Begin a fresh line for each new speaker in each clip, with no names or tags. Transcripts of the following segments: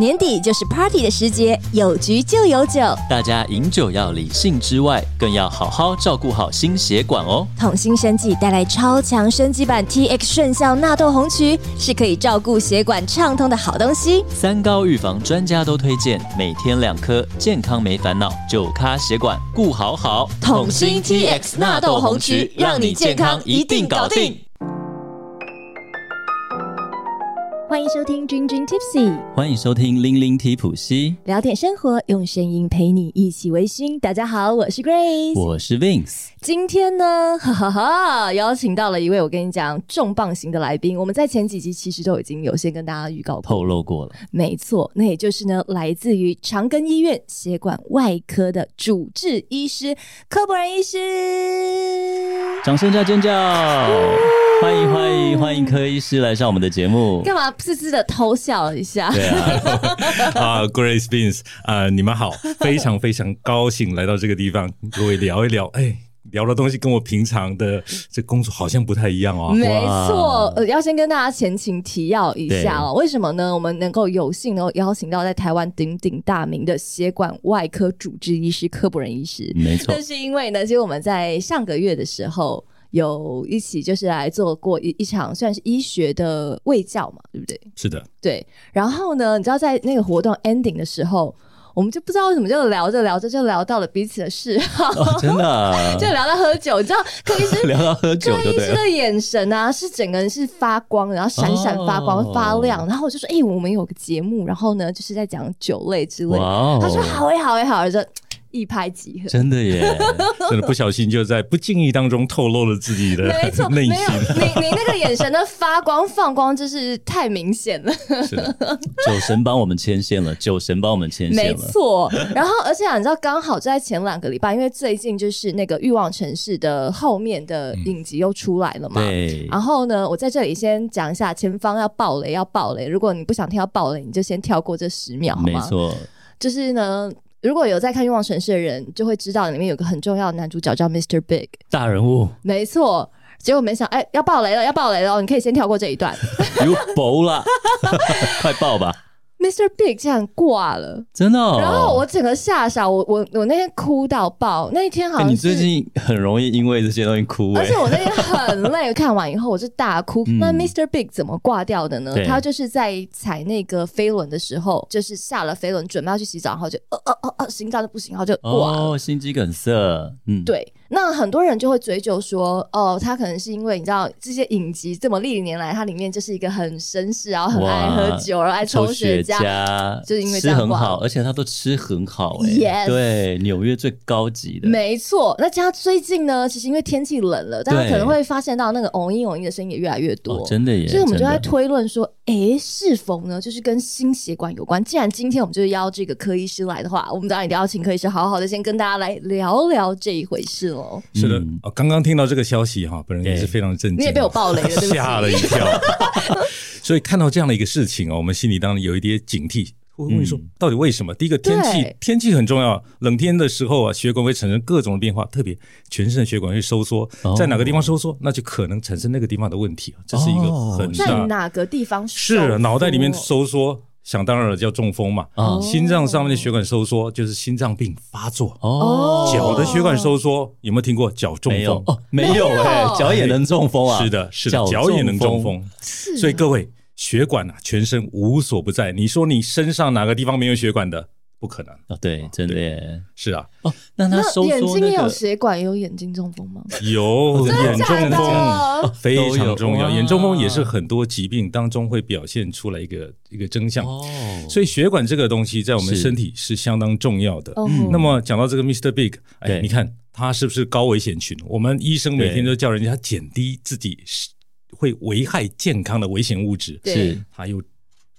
年底就是 party 的时节，有局就有酒。
大家饮酒要理性之外，更要好好照顾好心血管哦。
统新生技带来超强升级版 TX 顺效纳豆红曲，是可以照顾血管畅通的好东西。
三高预防专家都推荐每天两颗，健康没烦恼，九咖血管顾好好。
统新 TX 纳豆红曲让你健康一定搞定。欢迎收听君君 Tipsy，
欢迎收听《零零提普西
聊点生活，用声音陪你一起微醺。大家好，我是》，Grace。
我是 Vince。
今天呢， 哈哈哈，邀请到了一位我跟你讲重磅型的来宾。我们在前几集其实都已经有先跟大家预告过，
透露过了，
没错，那也就是呢，来自于长庚医院血管外科的主治医师柯博仁医师。
掌声加尖叫！欢迎欢迎欢迎柯医师来上我们的节目。
干嘛噗嗤的偷笑一下？
对啊，
啊、g r a c e Beans，啊，你们好，非常非常高兴来到这个地方，跟各位聊一聊，哎，聊的东西跟我平常的这工作好像不太一样
啊
哦。
没错，呃，要先跟大家前情提要一下哦。为什么呢？我们能够有幸能够邀请到在台湾鼎鼎大名的血管外科主治医师柯博仁医师，
嗯没 错
那，是因为呢，其实我们在上个月的时候。有一起就是来做过一一场算是医学的卫教嘛，对不对？
是的，
对。然后呢，你知道在那个活动 ending 的时候，我们就不知道为什么就聊着聊着就聊到了彼此的嗜好，
哦真的啊
就聊到喝酒。你知道柯医师
聊到 喝酒
柯
就
医
对
师
了。
的眼神啊，是整个人是发光的，然后闪闪发光、
哦
发亮。然后我就说：“哎、我们有个节目，然后呢，就是在讲酒类之类。
哇哦
他说：“好哎、好哎、好哎、就一拍即 合。
真的耶，
真的不小心就在不经意当中透露了自己的
没错，没
内
有
心。
你你那个眼神的发光放光，就是太明显了。
是的，
酒神帮我们牵线了，酒神帮我们牵线
没
了。
错，然后而且啊，你知道，刚好就在前两个礼拜，因为最近就是那个《欲望城市》的后面的影集又出来了嘛。
对，
然后呢，我在这里先讲一下，前方要爆雷，要爆雷。如果你不想听到爆雷，你就先跳过这十秒，好
没
吗？
错，
就是呢，如果有在看《欲望城市》的人，就会知道里面有个很重要的男主角叫 Mr. Big，
大人物，
没错。结果没想，哎，要爆雷了，要爆雷了！你可以先跳过这一 段。
有爆啦， 快爆吧！
Mr. Big 竟然挂了，
真的、哦。
然后我整个吓傻，我我我那天哭到爆，那一天好
哎、
像是、
你最近很容易因为这些东西哭、哎
而且我那天很累，看完以后我就大哭。
嗯
那 Mr. Big 怎么挂掉的呢
对？
他就是在踩那个飞轮的时候，就是下了飞轮准备要去洗澡，然后就呃呃呃呃，心脏就不行，然后就挂了。
哦，心肌梗塞，嗯，，
对，那很多人就会追究说，哦，他可能是因为你知道这些影集这么历年来，它里面就是一个很绅士，然后很爱
哇
喝酒，然后爱抽
抽
雪
茄
茄。
茄
就是因为这
吃
样
很
挂
好，而且他都吃很好、哎
Yes
对，纽约最高级的，
没错，那加上最近呢，其实因为天气冷了，大家
对
可能会发现到那个嗡音嗡音的声音也越来越多。
哦，真的耶，
所以我们就
真
在
的
推论说，诶，是否呢，就是跟心血管有关？既然今天我们就是邀这个柯医师来的话，我们当然一定要请柯医师好好的先跟大家来聊聊这一回事喽。
是的
嗯。
哦，刚刚听到这个消息哈，本人也
对
是非常震惊哦，
你也被我爆雷了，对不起。
吓了一跳。 所以看到这样的一个事情哦，我们心里当然有一点警惕。会问说
嗯，
到底为什么？第一个天气
对，
天气很重要。冷天的时候啊，血管会产生各种的变化，特别全身的血管会收缩
哦，
在哪个地方收缩，那就可能产生那个地方的问题。这是一个
哦
很
在
大
哪个地方收缩？
是啊脑袋里面收缩，想当然了叫中风嘛。
啊，
心脏上面的血管收缩就是心脏病发作，
哦，
脚的血管收缩有没有听过脚中
没有
风？
哦，没有
没
哎、
有
脚也能中风啊，
是的，是的，脚也能中。风。
是
所以各位，血管啊，全身无所不在。你说你身上哪个地方没有血管的？不可能。
哦，对，真的耶。
是啊，
哦，那他
那
收
眼
缩
睛也
那
有
个
血管，有眼睛中风吗？
有眼中风
哦
非常重
都
要，
有
眼中风也是很多疾病当中会表现出来一个一个真相。
哦，
所以血管这个东西在我们
是
身体是相当重要的。
嗯
那么讲到这个 Mr. Big，哎
对，
你看他是不是高危险群？我们医生每
对
天都叫人家减低自己是会危害健康的危险物质。
对
是
他又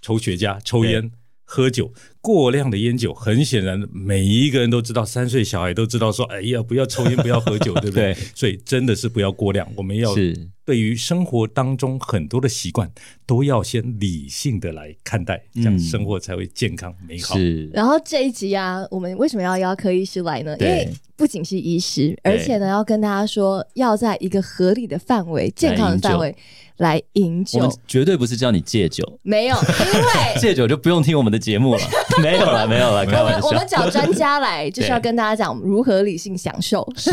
抽雪茄、抽烟、喝酒，过量的烟酒，很显然每一个人都知道，三岁小孩都知道说，哎呀，不要抽烟，不要喝酒， 对不对？
对
所以真的是不要过量，我们要
是
对于生活当中很多的习惯都要先理性的来看待，这样
嗯
生活才会健康美好。
是，
然后这一集啊，我们为什么要邀柯医师来呢？因
对
为不仅是医师，而且呢，要跟大家说，要在一个合理的范围、健康的范围来饮
我
酒
们。绝对不是叫你戒酒，
没 有，因为
戒酒就不用听我们的 节目了。没有了，没有 了，开
我
玩
们我
笑
们。找专家来，就是要
对
跟大家讲如何理性享受。
是，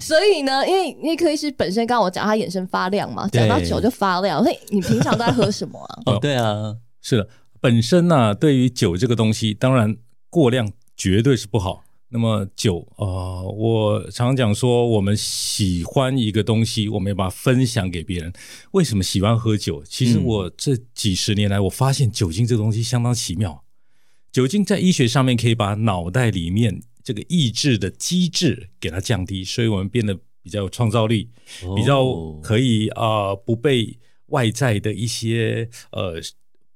所以呢，因为因为柯医师本身刚刚我讲他眼神发亮嘛，
对
讲到酒就发亮，所以你平常都在喝什么啊？
哦，对啊，
是的，本身呢、对于酒这个东西，当然过量绝对是不好。那么酒啊、呃我常讲说，我们喜欢一个东西，我们要把它分享给别人。为什么喜欢喝酒？其实
嗯
我这几十年来，我发现酒精这个东西相当奇妙。酒精在医学上面可以把脑袋里面这个抑制的机制给它降低，所以我们变得比较有创造力，比较
哦
可以啊、呃不被外在的一些呃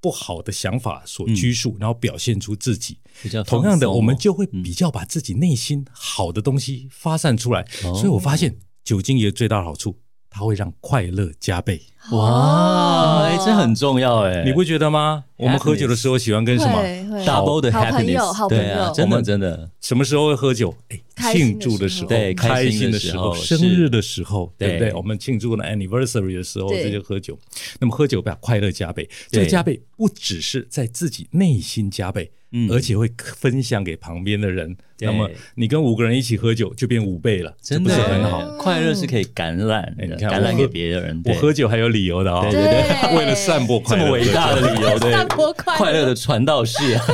不好的想法所拘束，然后表现出自己。
比较嗯放
同样的，
松
我
哦
们就会比较把自己内心好的东西发散出来。
哦
所以我发现酒精也有最大的好处，它会让快乐加倍，
哇，哎，这很
哦
重要哎，
你不觉得吗？我们喝酒的时候喜欢跟什么？
会会
double 的
好朋
happiness，
友好朋
对啊
友
真
我
的
们
真的，
什么时候会喝酒？哎，
开心的
庆祝的时候，
时候
对
开心的
时
时
候
候，
是
生日的时候，对不
对
对？我们庆祝了 anniversary 的时候，
对
这就喝酒。那么喝酒把快乐加倍，这
对
个加倍不只是在自己内心加倍，
嗯
而且会分享给旁边的人。
对
那么你跟五个人一起喝酒，就变五倍了，这
真
不
的
是
哎
很好？
快乐是可以感染
哎
的，
你看
感染
我
给
喝
别人。
我
对
喝酒还有理由的哦，
对
对对
为了散播快
这
乐，
么伟大的理由，对
散播快乐
快乐的传道士啊，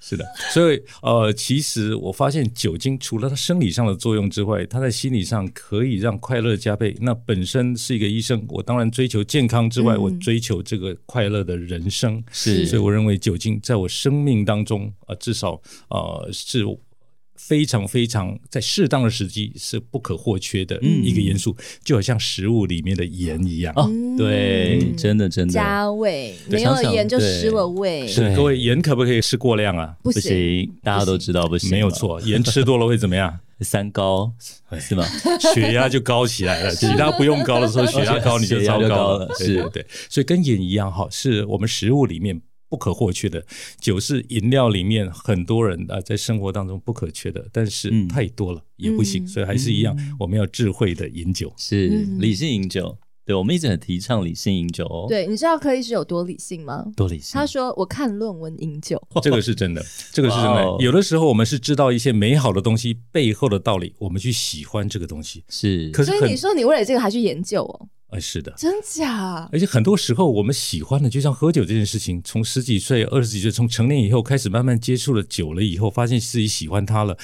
是的，所以呃，其实我发现酒精除了它生理上的作用之外，它在心理上可以让快乐加倍。那本身是一个医生，我当然追求健康之外，
嗯
我追求这个快乐的人生。
是
所以我认为酒精在我生命当中，呃，至少呃是非常非常在适当的时机是不可或缺的
嗯
一个元素，就好像食物里面的盐一样。
哦，
嗯
对，真的真的
加味，
对
没有
想想
盐就
对
失了味，
对
各位，盐可不可以吃过量啊？
不
不
行。
行，大家都知道不行，
没有，错，哎盐吃多了会怎么样？
三高是 吗？
血压就高起来了，其他不用高的时候，血压高你就糟
血压就
糕
高了。
了对
是
对对，所以跟盐一样哈，是我们食物里面不可或缺的，酒是饮料里面很多人啊在生活当中不可缺的，但是
嗯
太多了也不行，
嗯
所以还是一样，我们要智慧的 饮酒。
是
嗯
理性饮酒，对我们一直很提倡理性饮酒哦，，
对，你知道柯医师有多理性吗？
多理性
他，说：“我看论文饮酒，
这个是真的，这个是真
哇
的
哦。
有的时候我们是知道一些美好的东西背后的道理，我们去喜欢这个东西。
是，
可是
所以
很
你说你为了这个还去研究哦，
呃，是的，
真假？
而且很多时候，我们喜欢的，就像喝酒这件事情，从十几岁、二十几岁，从成年以后开始慢慢接触了酒了以后，发现自己喜欢它了。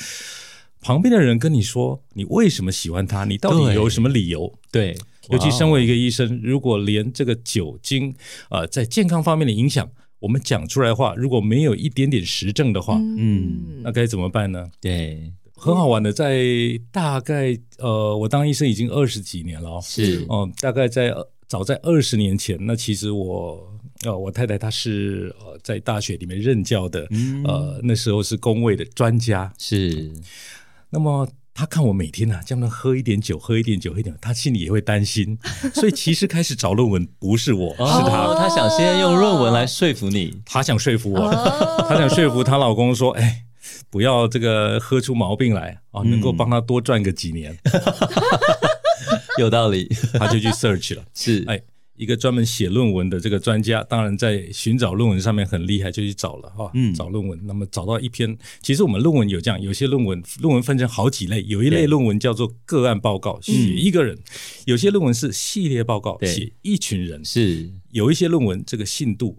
旁边的人跟你说你为什么喜欢它，你到底
对
有什么理由？
对，
尤其
哇哦
身为一个医生，如果连这个酒精呃在健康方面的影响，我们讲出来的话，如果没有一点点实证的话，
嗯
那该怎么办呢？
对
很好玩的，在大概呃，我当医生已经二十几年了哦，
是
哦，大概在呃早在二十年前，那其实我呃，我太太她是呃在大学里面任教的，
嗯
呃，那时候是工位的专家。
是，
那么她看我每天啊这样的喝一点酒，喝一点酒，喝一点酒，她心里也会担 心，所以其实开始找论文不是我，
哦
是她，
他想先用论文来说服你，
她想说服我，
哦
她想说服她老公说，哎。不要这个喝出毛病来啊，能够
嗯
帮她多赚个几年，
有道理，
她就去 search 了。
是，
哦哎，一个专门写论文的这个专家，当然在寻找论文上面很厉害，就去找了哈、
嗯
找论文。那么找到一篇，其实我们论文有这样，有些论文论文分成好几类，有一
对
类论文叫做个案报告，写一个人；有些论文是系列报告，
对
写一群人；
是，
有一些论文这个信度。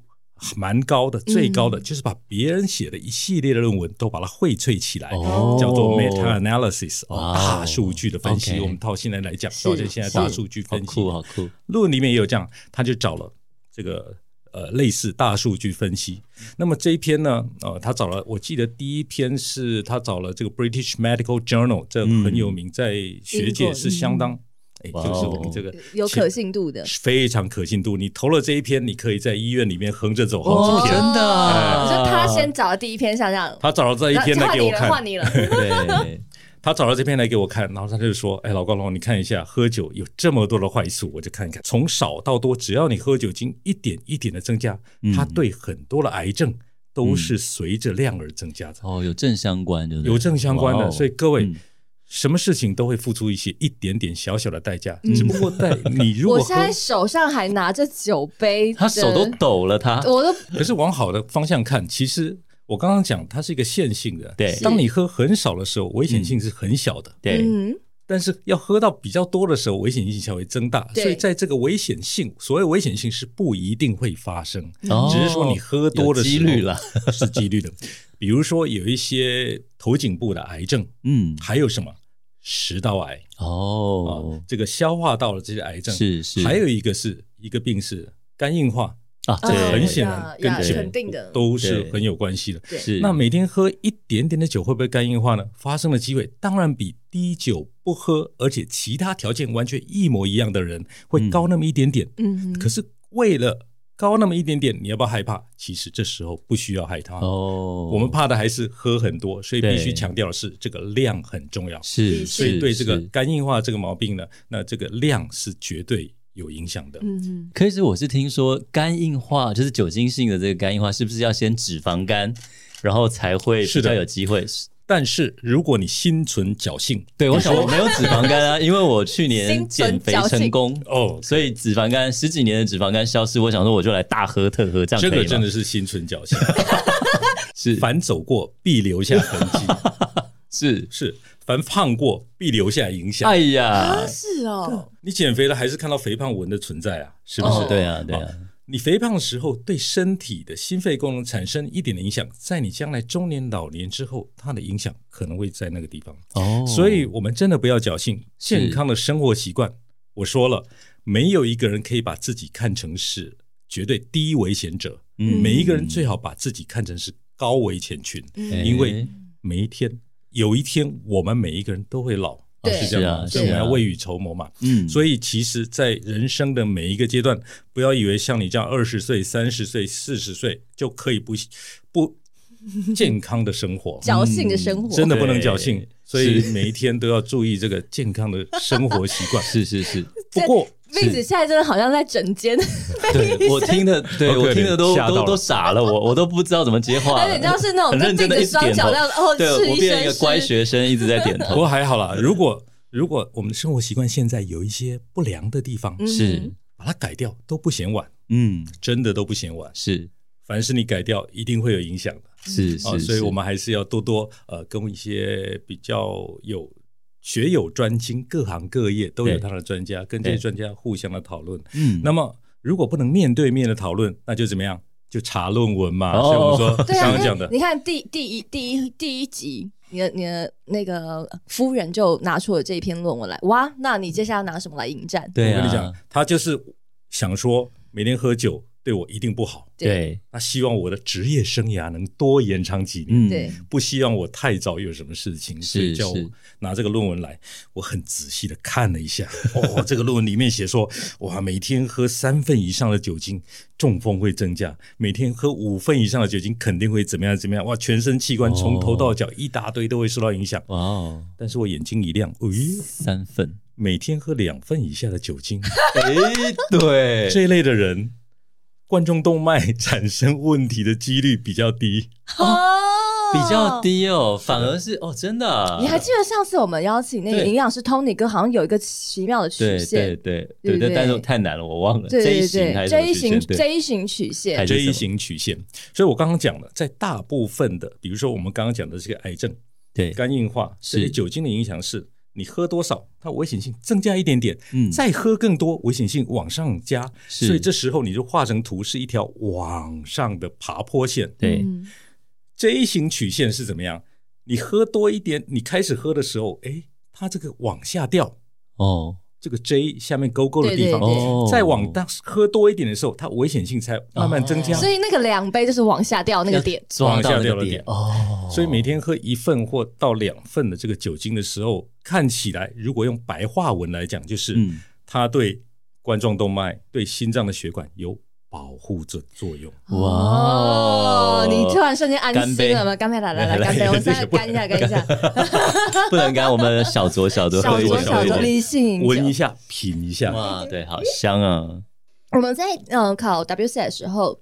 蛮高的，最高的、就是把别人写的一系列的论文都把它荟萃起来，
哦
叫做 meta analysis，、哦、
哇哦
大数据的分析。
OK
我们套现在来讲，
是
套现现在
是
大数据
好
分析，
酷，啊好 酷，
论文里面也有这样，他就找了这个呃类似大数据分析。那么这一篇呢，呃，他找了，我记得第一篇是他找了这个 British Medical Journal，这很有名，在学
嗯
界是相当，哎、
哇哦
就是我们这个
有可信度的。
非常可信度。你投了这一篇，你可以在医院里面横着走好
哦，
几
真的
天。
你说
啊，
他他先找了第一篇像这样，
哎他找了这一篇来给我看，
换你了，换你了。
对，
他找了这篇来给我看，然后他就说：“哎，老高老，你看一下，喝酒有这么多的坏处，我就看一看，从少到多，只要你喝酒精一点一点的增加，
嗯
它对很多的癌症都是随着量而增加的，
哦，有正相关，对不对？
有正相关
哇
的。
哦
所以各位
嗯，
什么事情都会付出一些一点点小小的代价，
嗯
只不过 在你如
我
果
现
喝，
在手上还拿着酒杯的，
他手都抖了，他
我都
可是往好的方向看，其实我刚刚讲它是一个线性的，
对嗯
当你喝很少的时候，危险性是很小的。
对，
嗯
但是要喝到比较多的时候，危险性才会增大。
对
所以在这个危险性，所谓危险性是不一定会发生，
嗯
哦
只是说你喝多的时候
有几率了，
是几率的。比如说有一些头颈部的癌症，
嗯，
还有什么食道癌啊、
哦，
这个消化道的这些癌症，
是是，
还有一个是一个病是肝硬化，
啊，
嗯
这
对
个呃很显
呀
然
呀
跟酒
肯定的
都是
对
很有关系的。
对
是
那每天喝一点点的酒会不会肝硬化呢？发生的机会当然比滴酒不喝，而且其他条件完全一模一样的人会高那么一点点。
嗯哼，
可是为了高那么一点点，你要不要害怕？其实这时候不需要害怕。
哦，
我们怕的还是喝很多，所以
对
必须强调的是这个量很重要。
是，
所
所以
是
对这个
是
肝硬化这个毛病呢，那这个量是绝对有影响的。
嗯哼，
可是我是听说肝硬化，就是酒精性的这个肝硬化，是不是要先脂肪肝，然后才会比
是的
较有机会？
但是如果你心存侥幸，
对，我想我没有脂肪肝 啊，因为我去年
心存
减肥
侥幸
成功，
哦，
所以脂肪肝十几年的脂肪肝消失，我想说我就来大喝特喝，这样
这
可以
个
吗
真的是心存侥幸。
是
凡走过必留下痕 迹，
是，
是凡胖过必留下影响。
哎呀
啊，是哦，
你减肥了还是看到肥胖纹的存在啊？是不是？
哦
对啊对啊
哦，你肥胖的时候对身体的心肺功能产生一点的影响，在你将来中年老年之后，它的影响可能会在那个地方。
哦，
所以，我们真的不要侥幸，
是
健康的生活习惯，我说了，没有一个人可以把自己看成是绝对低危险者，
嗯
每一个人最好把自己看成是高危险群，
哎
嗯
因为每一天有一天我们每一个人都会老，
对
是这样吗？
是啊
所以我们
是啊
要未雨绸缪嘛。
嗯，
所以其实，在人生的每一个阶段，不要以为像你这样二十岁、三十岁、四十岁就可以不不健康的 生活，
侥幸的生活，
嗯真的不能侥幸
对。
所以
是。
每一天都要注意这个健康的生活习 惯
是是是，
不过，
妹子现在真的好像在整间，
对我听 的，对
好可
我
怜
听的都
吓到
都
了
都傻了，我我都不知道怎么接话
而
了。
且你知道是那种
很认
就
真
闭着
的一直
双
点
脚
头
这样，哦，
对
是
我变一个
是
乖学生，一直在点
不
头。
过还好啦。如果如果我们的生活习惯现在有一些不良的地方，
嗯
是，
把它改掉都不嫌晚，
嗯，
真的都不嫌晚。
是
凡是你改掉，一定会有影响的。
是是、
啊，所以
是
我们还是要多多呃，跟一些比较有学有专精、各行各业都有
对
他的专家，跟这些
对
专家互相的讨论。
嗯，
那么，如果不能面对面的讨论，那就怎么样？就查论文嘛。
哦
所以我们 说
对啊，
刚刚
那
讲的，
你看第第一第一第一集，你的你的那个夫人就拿出了这一篇论文来，哇，那你接下来要拿什么来迎战？
对
我
啊，
跟你讲，他就是想说，每天喝酒对我一定不好。
对，
他希望我的职业生涯能多延长几年。
嗯，
对，
不希望我太早有什么事情，
是
所以叫
是
我拿这个论文来。我很仔细的看了 一下，哦，这个论文里面写说，哇，每天喝三份以上的酒精，中风会增加；每天喝五份以上的酒精，肯定会怎么样怎么样。哇，全身器官
哦
从头到脚一大堆都会受到影响。
哇哦，
但是我眼睛一亮，诶、
三份，
每天喝两份以下的酒精，
哎，对，
这一类的人，冠状动脉产生问题的几率比较低。
哦，
嗯比较。低哦，反而是哦，真的啊、
你还记得上次我们邀请那个
对
营养师 Tony 哥，好像有一个奇妙的曲
对对
线，
对
对
对
不对
对，但是太难了，我忘了
对
一
对
型
对
还是什么
，J 型
曲线
J 型曲线
对还，是什
J
么
型曲线。所以我刚刚讲了，在大部分的，比如说我们刚刚讲的这个癌症、
对，
肝硬化，
嗯是
这些酒精的影响是，你喝多少，它危险性增加一点点，
嗯
再喝更多，危险性往上加。
是
所以这时候你就画成图是一条往上的爬坡线。
对、
嗯
J 型曲线是怎么样？你喝多一点，你开始喝的时候，哎，它这个往下掉，
哦
这个 J 下面勾勾的地方，
对
哦，
再往当喝多一点的时候，它危险性才慢慢增
哦
加。
所以那个两杯就是往下掉那个点，
抓到
往下
那
掉
个
了
点
点
哦，
所以每天喝一份或到两份的这个酒精的时候，看起来如果用白话文来讲，就是
嗯
它对冠状动脉、对心脏的血管有保护着作用。
哇哦
哦你突然瞬间安
干
心
杯
了嘛，干杯来来来，
来
干杯，我们
这
三
个
个
不
干一下，干一下，
不能干，我们小酌小酌，
小
喝一
酌
点，
小
喝一
酌，
点
理性饮
闻一
酒。
下，品一下，
哇，对，好香啊！
我们在嗯考 WC 的时候，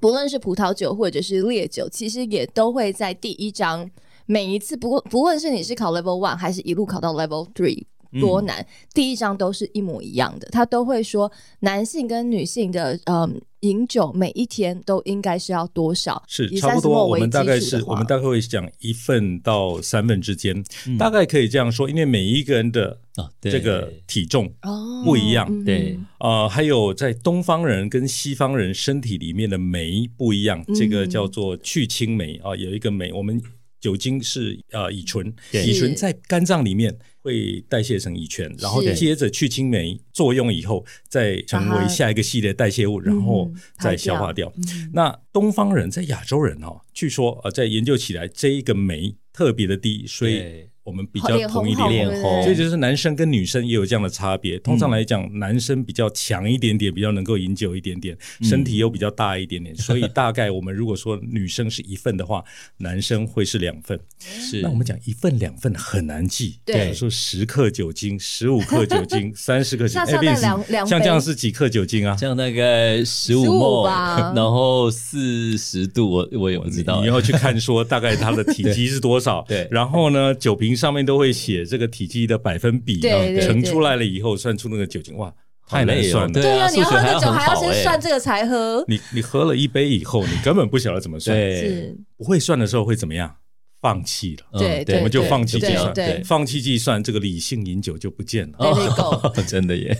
不论是葡萄酒或者是烈酒，其实也都会在第一章每一次，不过不论是你是考 Level One 还是一路考到 Level Three。多难，第一章都是一模一样的，他都会说男性跟女性的嗯饮酒每一天都应该是要多少，
是
以
差不
30
多，
末
我
为
们
基
大
数
概
的
是我
话
们大概会讲一份到三份之间，
嗯
大概可以这样说，因为每一个人的
啊，对
这个体重。
哦
不一样
嗯
对
呃，还有在东方人跟西方人身体里面的酶不一样，这个
嗯
叫做去氢酶啊、有一个酶，我们酒精是呃乙醇，
对
乙醇
是
在肝脏里面会代谢成乙醛，然后
是
接着去氢酶作用以后，再成
把
为
它
下一个系列代谢物，然后
嗯排
再消化掉。
嗯
那东方人在亚洲人哦，据说呃，在研究起来这一个酶特别的低，所以
对
我们比
好
较
脸
同
红
意
好
脸
脸
红
红
这就是男生跟女生也有这样的差别。
嗯
通常来讲，男生比较强一点点，比较能够饮酒一点点，
嗯
身体又比较大一点点，所以大概我们如果说女生是一份的话， 男生会是两份。
是
那我们讲一份两份很难记，
对
比如说十克酒精、十五克酒 精、三十克酒精，
那像
哎，Vince，
那两两
像这样
杯
是几克酒精啊？
这样大概十
15
沫，
吧
然后四十度，我我也不知道
你。要去看说大概它的体积是多少，
对
然后呢，酒瓶上面都会写这个体积的百分比，
对
啊
对对
乘出来了以后算出那个酒精，哇，
好
太难
累哦
算了。
对
对
啊
啊，你要
数学
喝
还
个
要
酒
很
还要
好欸
先算这个才喝，
你你喝了一杯以后，你根本不晓得怎么算，
对
是，
不会算的时候会怎么样？放弃了，
嗯
对对
我们就放弃
对
计算，
对对
放弃计算，这个理性饮酒就不见了。
对 Let it go
哦 真的耶，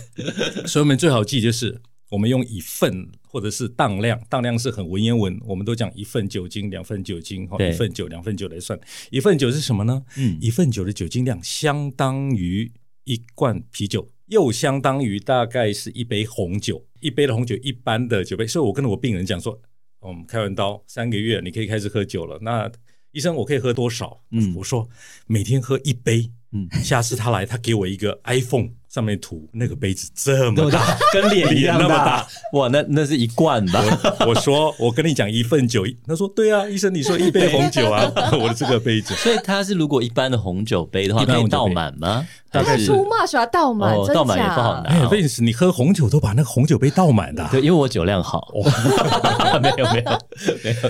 所以我们最好记就是，我们用一份或者是当量，当量是很文言文，我们都讲一份酒精、两份酒精、哈，
对
一份酒、两份酒来算。一份酒是什么呢？
嗯
一份酒的酒精量相当于一罐啤酒，又相当于大概是一杯红酒。一杯的红酒，一般的酒杯。所以我跟我病人讲说，哦我们开完刀三个月，你可以开始喝酒了。那医生，我可以喝多少？
嗯
我说每天喝一杯。
嗯
下次他来，他给我一个 iPhone 上面图，那个杯子这么大，
大，跟脸一样
脸那么
大
大，
哇，那那是一罐吧？
我说，我跟你讲一份酒，他说对啊，医生你说一杯红酒啊， 我的这个杯子
所以它是如果一般的红酒杯的话，
一般
可以
红酒
倒
杯
满吗？
大概
太
还
是
出 much 了，倒满
哦，
真
倒满也
假
不好拿
哎呀，Vince，你喝红酒都把那个红酒杯倒满的啊、
对，因为我酒量好， 没有没有没有，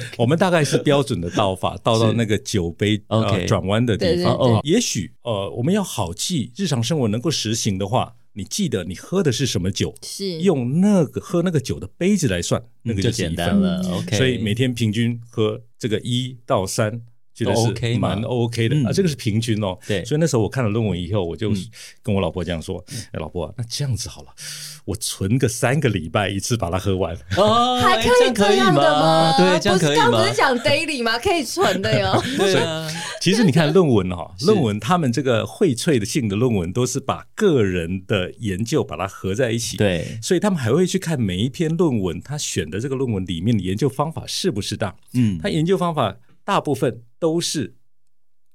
我们大概是标准的倒法，倒到那个酒杯呃
OK
转弯的地
对对
方。
对
哦
也许呃，我们要好记，日常生活能够实行的话，你记得你喝的是什么酒，
是
用那个喝那个酒的杯子来算，那个
嗯就是简
一份
单了。
嗯
OK，
所以每天平均喝这个一到三。觉得
都
是
OK 嘛
蛮 OK 的、
嗯
啊，这个是平均哦。
对
所以那时候我看了论文以后，我就
嗯
跟我老婆这样说：“哎，老婆啊、那这样子好了，我存个三个礼拜一次把它喝完。
哦，
还
哎
可
这
以
样可
这
以
样的
吗？对，这样
不
可
是
以
刚不
吗
是？讲 daily 吗？可以存的 哟。
对啊，
其实你看论文 哈、
是
论文他们这个荟萃的性的论文都是把个人的研究把它合在一起。。
对，
所以他们还会去看每一篇论文，他选的这个论文里面的研究方法适不适当。
嗯，
他研究方法大部分都是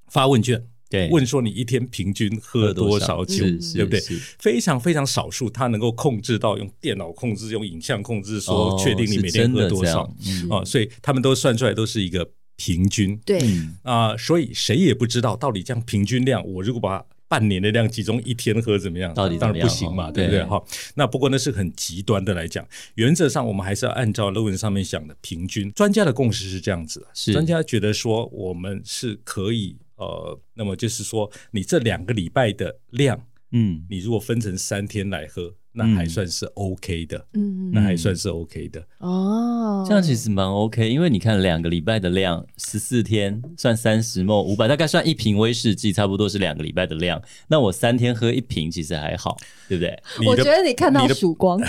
发问卷，
对
问说你一天平均喝多少酒，
是是
对不对？
是
非常非常少数，他能够控制到用电脑控制、用影像控制，
哦
说确定你每天喝多少
是真的这样
嗯
啊、所以他们都算出来都是一个平均
对，
哦嗯，
啊、所以谁也不知道到底这样平均量，我如果把半年的量集中一天喝怎么样？
到底怎
当
么样
然不行嘛，
哦
对不对？
对
哈，那不过那是很极端的来讲，原则上我们还是要按照论文上面讲的平均。专家的共识是这样子的，啊
是
专家觉得说我们是可以呃，那么就是说你这两个礼拜的量，
嗯，
你如果分成三天来喝，那还算是 OK 的，
嗯
那还算是 OK 的。
哦，
这样其实蛮 OK，因为你看两个礼拜的量，十四天算三十沫五百，大概算一瓶威士忌，差不多是两个礼拜的量。那我三天喝一瓶，其实还好，对不对？
你
我觉
的
得你看到
你的
曙 光，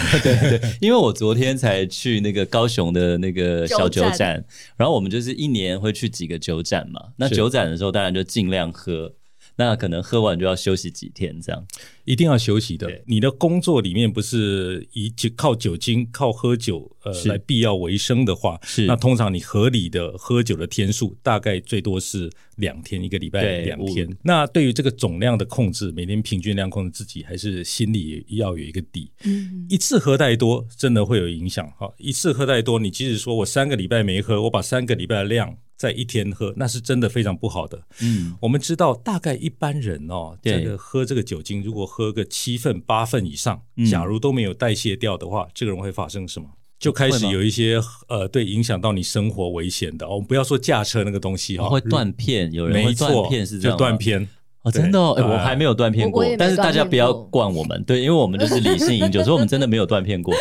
因为我昨天才去那个高雄的那个小
酒
酒展，
展
然后我们就是一年会去几个酒展嘛。那
是
酒展的时候，当然就尽量喝，那可能喝完就要休息几天这样。
一定要休息的
对。
你的工作里面不是以酒靠酒精、靠喝酒呃
是
来必要为生的话，
是
那通常你合理的喝酒的天数大概最多是两天，一个礼拜
对
两
我
天。那对于这个总量的控制，每天平均量控制自己，还是心里也要有一个底。
嗯，
一次喝太多真的会有影响哈，一次喝太多，你即使说我三个礼拜没喝，我把三个礼拜的量在一天喝，那是真的非常不好的。
嗯，
我们知道，大概一般人哦，
对
这个喝这个酒精，如果喝个七份、八份以上
嗯，
假如都没有代谢掉的话，这个人会发生什么？就开
会
始
吗
有一些呃，对影响到你生活危险的。哦我们不要说驾车那个东西哈、
哦
哦
会断片，有人
嗯没
会断
错，
片是这
就
样吗，
断片。
哦，真的哦，哎我还没有断片过
我我也，没
但是大家
断片
不要
过
惯我们，对，因为我们就是理性饮酒，所以我们真的没有断片过。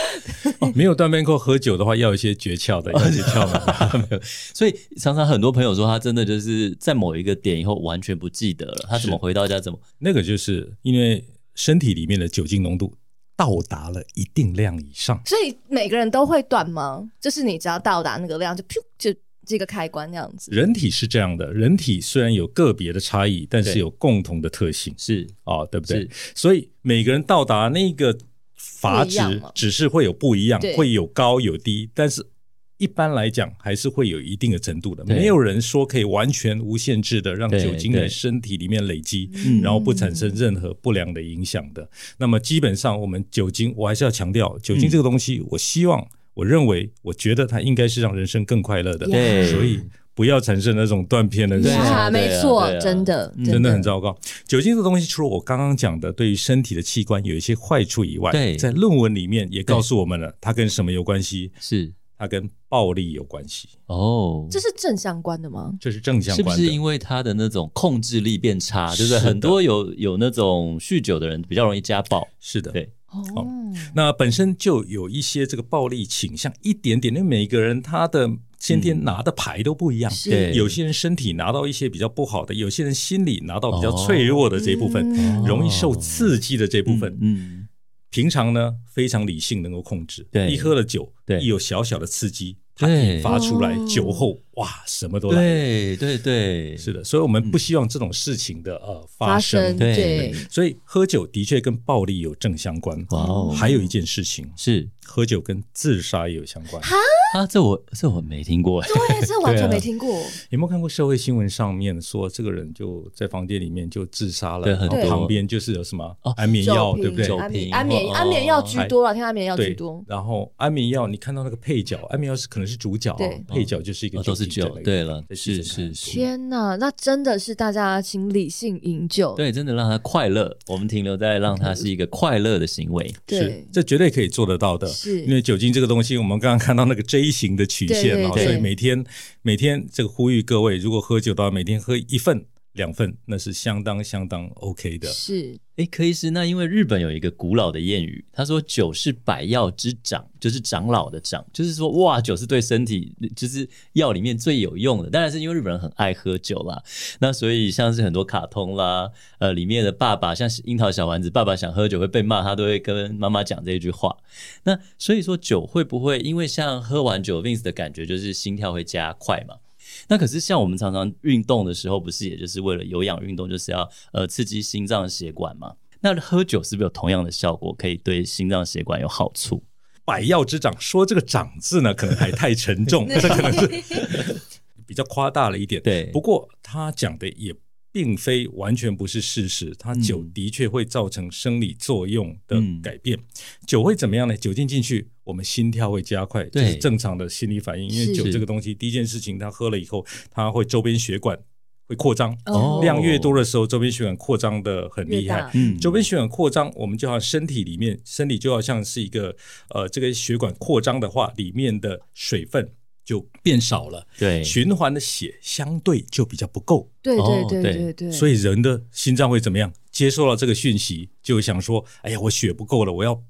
哦 没有断片过喝酒的话，要有一些诀窍的，要有一些窍门。
所以常常很多朋友说，他真的就是在某一个点以后完全不记得了，他怎么回到家怎么
那个就是因为身体里面的酒精浓度到达了一定量以上，
所以每个人都会断吗？就是你只要到达那个量，就噗就这个开关那样子。
人体是这样的，人体虽然有个别的差异，但是
对
有共同的特性
是
啊、哦，对不对
是？
所以每个人到达那个阀
不一
值
样嘛，
只是会有不一样
对，
会有高有低，但是一般来讲还是会有一定的程度的。
对
没有人说可以完全无限制的让
对
酒精
对
在身体里面累积，
嗯
然后不产生任何不良的影响的。那么基本上，我们酒精，我还是要强调，酒精这个东西，我希望，我认为，我觉得它应该是让人生更快乐的。
嗯对
所以不要产生那种断片的
对
现
啊
象。
呀没错，
对啊对啊
真的，
嗯
真的很糟糕。酒精这东西，除了我刚刚讲的对于身体的器官有一些坏处以外，
对
在论文里面也告诉我们了，它跟什么有关系？
是
它跟暴力有关系，
哦，
这是正相关的吗？
这是正相
是不
关的。
是因为他的那种控制力变差，对不对？
是的
很多有有那种酗酒的人比较容易家暴，
是的，
对，
哦，
那本身就有一些这个暴力倾向，一点点，因为每一个人他的先天拿的牌都不一样，
是
对
有些人身体拿到一些比较不好的，有些人心理拿到比较脆弱的这一部分，哦
嗯
容易受刺激的这部分，
嗯，
平常呢非常理性，能够控制。
对
一喝了酒，
对
一有小小的刺激，它
对
引发出来
哦，
酒后哇，什么都来了。
对嗯对对，
是的，所以我们不希望这种事情的
嗯
呃
发
发生。
对
对，
所以喝酒的确跟暴力有正相关。
哇哦，
还有一件事情，
是
喝酒跟自杀也有相关。
啊，这我这我没听过哎，
对，这完全
对啊
没听过。
有没有看过社会新闻上面说这个人就在房间里面就自杀了，
对很
然后
多
旁边就是有什么
哦
安眠药，
酒
对不
瓶
对？
酒
安
瓶
眠安眠
哦
安眠药居多了，啊听安眠药居
对
多，。
然后安眠药，你看到那个配角，安眠药是可能是主角啊
对，
配角就是一个
哦都是
精神
酒
类，的
对了，
在
是
精神
是
科
是。
天呐，那真的是大家请理性饮酒。
对，真的让他快乐。我们停留在让他是一个快乐的行为。
对
是，这绝对可以做得到的。
是
因为酒精这个东西，我们刚刚看到那个 J 型的曲线哦，
对对对
所以每天每天这个呼吁各位，如果喝酒的话，每天喝一份两份，那是相当相当 OK 的。
是
诶，柯医师，那因为日本有一个古老的谚语，他说“酒是百药之长”，就是长老的长，就是说哇，酒是对身体就是药里面最有用的。当然是因为日本人很爱喝酒啦，那所以像是很多卡通啦，呃，里面的爸爸像是樱桃小丸子，爸爸想喝酒会被骂，他都会跟妈妈讲这一句话。那所以说酒会不会因为像喝完酒，Vince 的感觉就是心跳会加快嘛？那可是像我们常常运动的时候，不是也就是为了有氧运动，就是要呃刺激心脏血管嘛？那喝酒是不是有同样的效果，可以对心脏血管有好处？
百药之长，说这个“长”字呢，可能还太沉 重，这可能是比较夸大了一点。
对
不过他讲的也并非完全不是事实，他酒
嗯
的确会造成生理作用的
嗯
改变。酒会怎么样呢？酒精进去，我们心跳会加快，这
对
是正常的心理反应。因
是
为酒这个东西，第一件事情，它喝了以后，它会周边血管会扩张，
哦
量越多的时候，周边血管扩张的很
越
厉害
大。
嗯
周边血管扩张，我们就好像身体里面，身体就好像是一个呃，这个血管扩张的话，里面的水分就变少了，
对
循环的血相对就比较不够，
对
哦
对对
对
对对，
所以人的心脏会怎么样？接受到这个讯息，就想说，哎呀，我血不够了，我要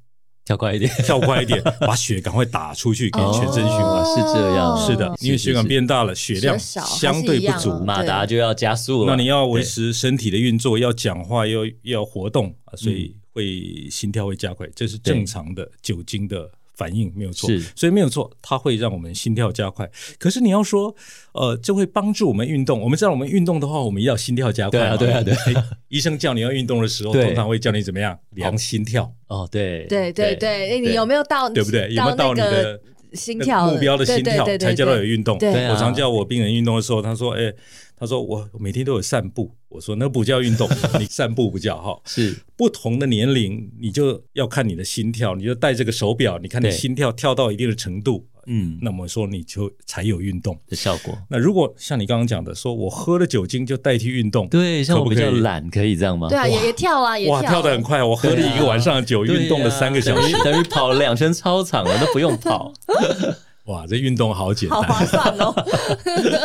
跳快一点，
跳 快一点，把血赶快打出去，给全身循环。
哦是这样
是的，因为血管变大了，血量
血少
相对不
还是一
足
样，
马达就要加速了。
那你要维持身体的运作，要讲话，要要活动，啊所
嗯
以会心跳会加快，这是正常的酒精的反应，没有错
是。
所以没有错，它会让我们心跳加快。可是你要说，呃，这会帮助我们运动。我们知道，我们运动的话，我们要心跳加快嘛。
对啊对啊
对。医生叫你要运动的时候，
对
通常会叫你怎么样量心跳，
哦，对
对对对，哎你有没有到
对不对？有没有
到
到你
那
的
个心跳
目标的心跳
对对对对
才叫做有运动。
对
对啊
我常叫我病人运动的时候，他说：“哎、他说我每天都有散步。”我说：“那不叫运 动，你散步不叫哈。
是
不同的年龄，你就要看你的心跳，你就戴这个手表，你看你
对
心跳跳到一定的程度，
嗯，
那么说你就才有运动。
的效果。
那如果像你刚刚讲的，说我喝了酒精就代替运动，
对，像
可
我
不
比
可
较
以
懒，可以这样吗？
对啊，也也跳啊，也
哇，跳得很快，我喝了一个晚上的酒，
对啊，
运动了三个小时，
等于，等于跑了两圈操场了，都不用跑。
哇，这运动好简
好
单。
划算哦。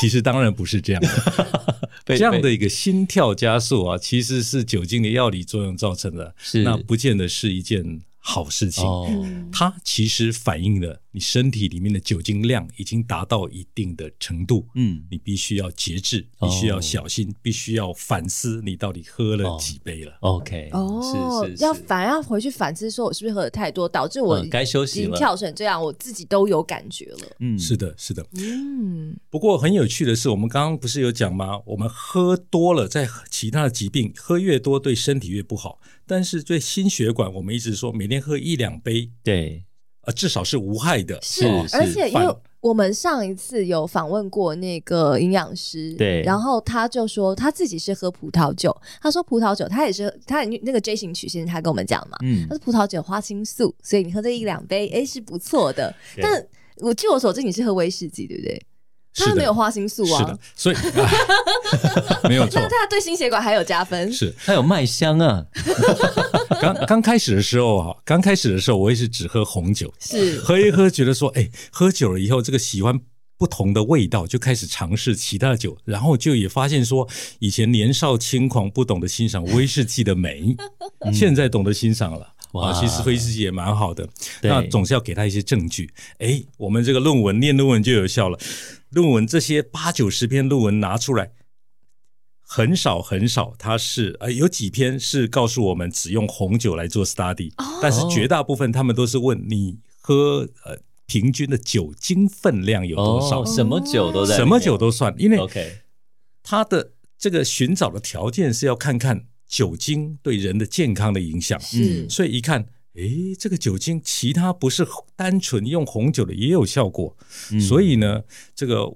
其实当然不是这样的，
被
这样的
被
一个心跳加速啊，其实是酒精的药理作用造成的，
是
那不见得是一件好事情。
哦，
它其实反映了你身体里面的酒精量已经达到一定的程度，
嗯，
你必须要节制，
哦
必须要小心，必须要反思你到底喝了
哦
几杯了。
OK，
哦，
是是
要
是
反而要回去反思，说我是不是喝的太多，导致我
嗯该休息
已经
了
跳成这样，我自己都有感觉了。
嗯
是的，是的。
嗯，
不过很有趣的是，我们刚刚不是有讲吗？我们喝多了，在其他的疾病喝越多对身体越不好，但是对心血管，我们一直说每天喝一两杯，
对，
呃，至少是无害的。
是
哦，
而
是
且因为
反
我们上一次有访问过那个营养师，
对
然后他就说他自己是喝葡萄酒，他说葡萄酒他也是他也那个 J 型曲线，他跟我们讲嘛，
嗯
他，是葡萄酒花青素，所以你喝这一两杯，哎是不错的。
对
但我据我所知，你是喝威士忌，对不对？
是
它
的
没有花青素
是
啊
的，，所以、 哎、没有错
那。它对心血管还有加分。
是
它有麦香啊，
刚刚开始的时候啊，刚开始的时候我也是只喝红酒，
是
喝一喝觉得说，哎，喝酒了以后这个喜欢不同的味道，就开始尝试其他的酒，然后就也发现说，以前年少轻狂不懂得欣赏威士忌的 美，现在懂得欣赏了。
哇
哇，其实威士忌也蛮好的，
对
那总是要给他一些证据。哎，我们这个论文念论文就有效了，论文这些八九十篇论文拿出来，很少很少，它是呃有几篇是告诉我们只用红酒来做 study，、
哦
但是绝大部分他们都是问你喝呃平均的酒精分量有多少，
哦什么酒都在里面，
什么酒都算，因为
OK，
它的这个寻找的条件是要看看酒精对人的健康的影响，
是
嗯，
所以一看。诶，这个酒精其他不是单纯用红酒的也有效果，
嗯
所以呢，这个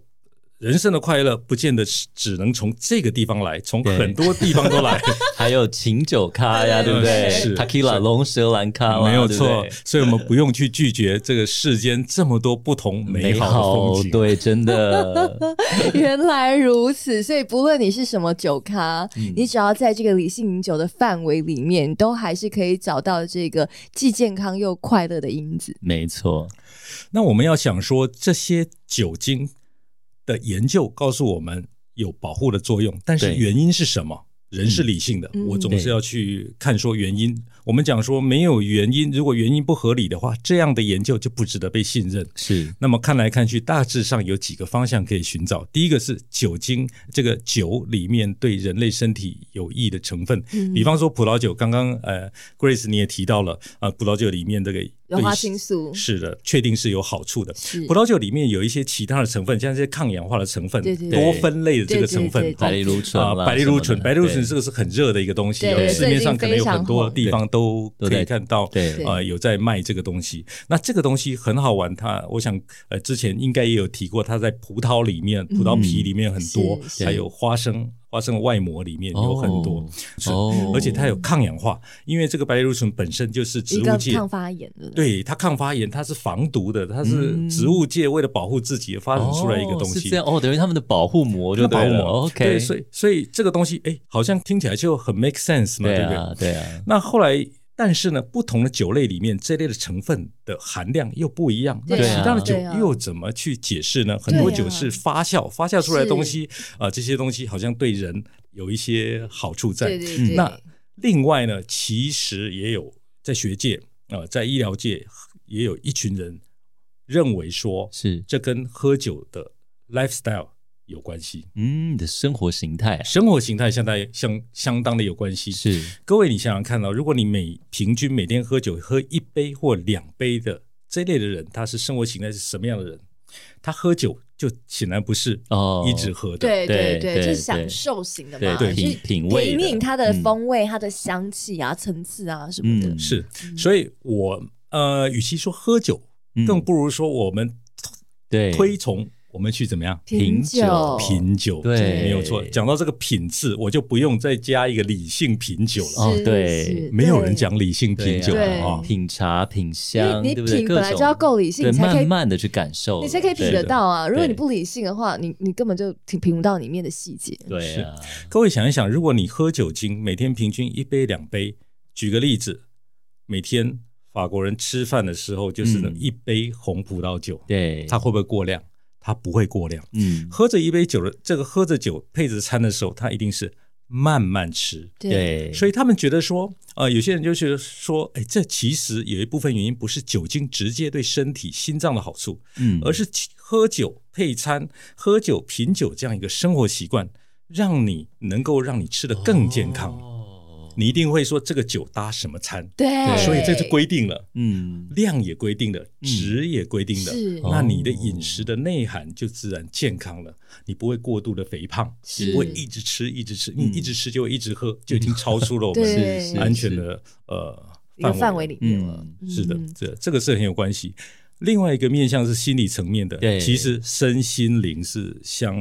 人生的快乐不见得是只能从这个地方来，从
对
很多地方都来。
还有琴酒咖呀，对不对？
是
t a k i l a 龙舌兰咖啦，
没有
对不对
错，所以我们不用去拒绝这个世间这么多不同美
美
好的
好
风，景。
对，真的，
原来如此，所以不论你是什么酒咖，
嗯
你只要在这个理性饮酒的范围里面，都还是可以找到这个既健康又快乐的因子。
没错，
那我们要想说，这些酒精的研究告诉我们有保护的作用，但是
对
原因是什么？人是理性的，
嗯
我总是要去看说原因。我们讲说没有原因，如果原因不合理的话，这样的研究就不值得被信任。
是
那么看来看去，大致上有几个方向可以寻找。第一个是酒精，这个酒里面对人类身体有益的成分，
嗯
比方说葡萄酒。刚刚呃，Grace 你也提到了，呃，葡萄酒里面这个
有花青素
是的，确定是有好处的。
是
葡萄酒里面有一些其他的成分，像这些抗氧化的成分、
对对对
多酚类的这个成分
对对对，对
白藜芦醇
啊，
啦
白藜芦醇，
什么的
白藜芦醇
对
这个是很热的一个东西
对
哦，
对
市面上可能有很多地方都
对
可以看到，
对对
呃，有在卖这个东西。那这个东西很好玩，它我想呃之前应该也有提过，它在葡萄里面、葡萄皮里面很多
嗯是，是
还有花生。花生的外膜里面有很多
哦，哦
而且它有抗氧化，因为这个白藜芦醇本身就是植
一
物
个
界
抗发炎的，，
对它抗发炎，它是防毒的，它
嗯
是植物界为了保护自己发展出来一个东
哦是
西。
这样哦，等于他们的保护膜就
就保
对
护
了
膜
，OK，
对，所以所以这个东西，哎，好像听起来就很 make sense 嘛，
对
对不
啊
对？，
对啊，
那后来，但是呢，不同的酒类里面，这类的成分的含量又不一样。那
对
其
啊
他的酒
对啊
又怎么去解释呢？很多
对啊
酒是发酵，发酵出来的东西，啊，这些东西好像对人有一些好处在。嗯
对对对，
那另外呢，其实也有在学界啊、呃在医疗界也有一群人认为说，
是
这跟喝酒的 lifestyle 有关系，
嗯，你的生活形态啊
生活形态相当相相当的有关系。
是
各位，你想想看哦，如果你每平均每天喝酒喝一杯或两杯的这类的人，他是生活形态是什么样的人？他喝酒就显然不是
哦
一直喝的，
对对
对
对，
对
就是
对
享受型的嘛，
对
就是
品品味的
品饮它的
嗯
风味、它的香气啊、层次啊什么的
嗯，
是，所以我呃，与其说喝酒，
嗯
更不如说我们
对
推崇我们去怎么样
品酒
品酒？
对
没有错。讲到这个品字，我就不用再加一个理性品酒了。
哦
是
对
是
没有
对
人讲理性
对
品酒
对
了
啊
啊，
品茶、品
因为
香，
你
对不对？
品
各
本来就要
种
够理性，
对，
你才可以
慢慢的去感受，
你才可以品
对
得
的
到啊。如果
哦对
你不理性的话，你你根本就品品不到里面的细节。
对啊，
各位想一想，如果你喝酒精，每天平均一杯两杯，举个例子，每天法国人吃饭的时候就是那
嗯
一杯红葡萄酒，
对，
它会不会过量？它不会过量。
嗯，
喝着一杯酒的这个喝着酒配着餐的时候，它一定是慢慢吃。
对，
所
以
以他们觉得说，呃，有些人就是说，哎，这其实有一部分原因不是酒精直接对身体、心脏的好处，
嗯，
而是其喝酒配餐、喝酒品酒这样一个生活习惯，让你能够让你吃得更健康。
哦
你一定会说这个酒搭什么餐，
对，
所以这是规定了，
哎嗯，
量也规定了，值也规定了，
是
那你的哦饮食的内涵就自然健康了，你不会过度的肥胖，
是
你不会一直吃一直吃，你
嗯
一直吃就会一直喝，就已经超出了我
对
们
是是
安全的呃
一个范围
了
里面了。嗯
是的，这这个是很有关系。另外一个面向是心理层面的
对，
其实身心灵是相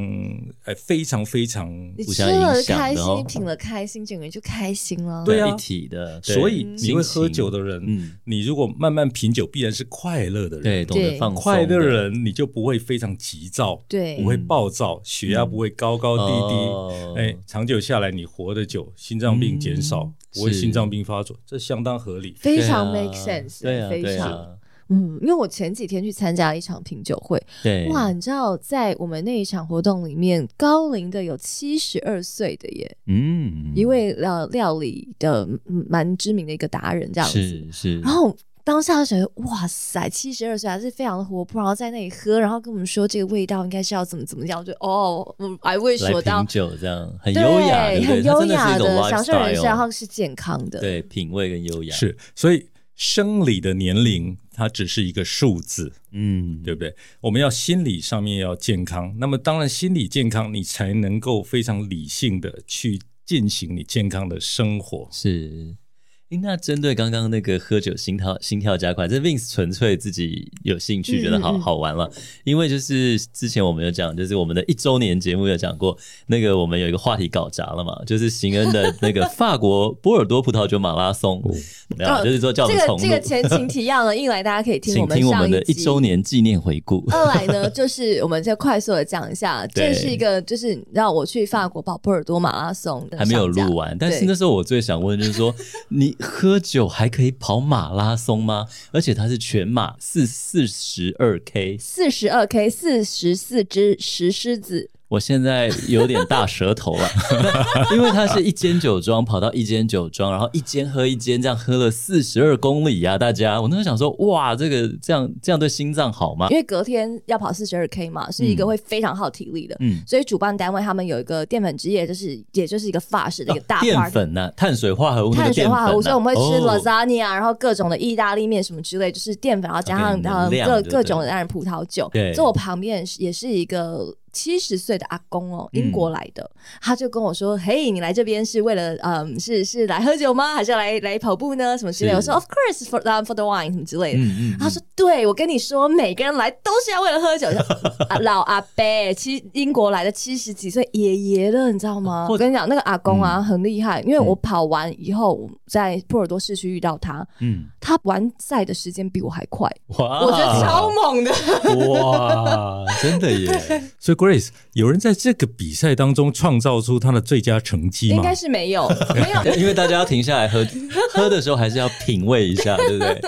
哎非常非常
你
互
吃
相影
了
响
开
的
心，
哦
你品了开心，整个人就开心了。
对啊
一体的，对
所以
嗯
你会喝酒的，人，
心情嗯
你如果慢慢品酒，必然是快乐的
对，
人。
懂得
对
放松，
快乐的，人你就不会非常急躁，
对
不会暴躁，血压不会高高低低。
哦
哎，长久下来，你活得久，心脏病减少
嗯，
不会
是
心脏病发作，这相当合理。
非
对
常
啊
make sense，
对啊，
非
对
常
啊，
嗯，因为我前几天去参加了一场品酒会，
对，
哇，，你知道在我们那一场活动里面，高龄的有七十二岁的耶，
嗯，
一位呃料理的嗯蛮知名的一个达人这样子，
是是，
然后。当下就觉得哇塞，七十二岁还是非常的活泼，然后在那里喝，然后跟我们说这个味道应该是要怎么怎么样，我就哦我，I wish 我
来
当
品酒这样很
对，
优雅，对不对
很优雅
它真是一种
享受人
lifestyle
生，然后是健康的。
对品味跟优雅，
是，所以生理的年龄它只是一个数字，
嗯，
对不对？我们要心理上面要健康，那么当然心理健康，你才能够非常理性的去进行你健康的生活。
是。诶那针对刚刚那个喝酒心跳心跳加快，这 Vince 纯粹自己有兴
嗯
趣，觉得好
嗯嗯
好玩了。因为就是之前我们有讲，就是我们的一周年节目有讲过，那个我们有一个话题搞砸了嘛，就是邢恩的那个法国波尔多葡萄酒马拉松，然后就是说叫我
哦这
们
个这
重
个
录，
前情提要呢，一来大家可以听
请
我们
听我
上
们的一
集
周年纪念回顾。
二来呢，就是我们再快速的讲一下，
对
这是一个就是让我去法国跑波尔多马拉松的
还没有
上架
录完，但是
对
那时候我最想问就 是说，你喝酒还可以跑马拉松吗？而且它是全马四四十二 K，
四十二 K 四十四只石狮子，
我现在有点大舌头 了，因为它是一间酒庄跑到一间酒庄，然后一间喝一间，这样喝了四十二公里啊！大家，我那时候想说，哇，这个这样这样对心脏好吗
因？为隔天要跑四十二 K 嘛，是一个会非常耗体力的。
嗯，
所以主办单位他们有一个淀粉之夜，就是也就是一个法式的一个大 party，、
哦啊淀粉呐、碳水化合物那个
碳水
淀粉啊、
化合物，所以我们会吃
哦
lasagna，、然后各种的意大利面什么之类，就是淀粉，然后加上
啊给你
呃
能量
各
对不对
各种的当然葡萄酒。
对
在我旁边是也是一个七十岁的阿公哦，
嗯
英国来的，他就跟我说：“嘿，你来这边是为了嗯，是是来喝酒吗？还是来来跑步呢？什么之类的？”
是
我说：“Of course for um, for the wine 什么之类的。
嗯嗯，
他说：“对，我跟你说，每个人来都是要为了喝酒。我说 啊老阿伯，七英国来的七十几岁爷爷了，你知道吗？
或嗯
我跟你讲，那个阿公啊、很厉害，因为我跑完以后，我在波尔多市区遇到他，
嗯，啊
他完赛的时间比我还快，
哇，
我觉得超猛的。
哇，真的耶，
所以，Grace，有人在这个比赛当中创造出他的最佳成绩
应
吗？
该是没 有，没有，
因为大家要停下来喝， 喝的时候还是要品味一下， 对不对？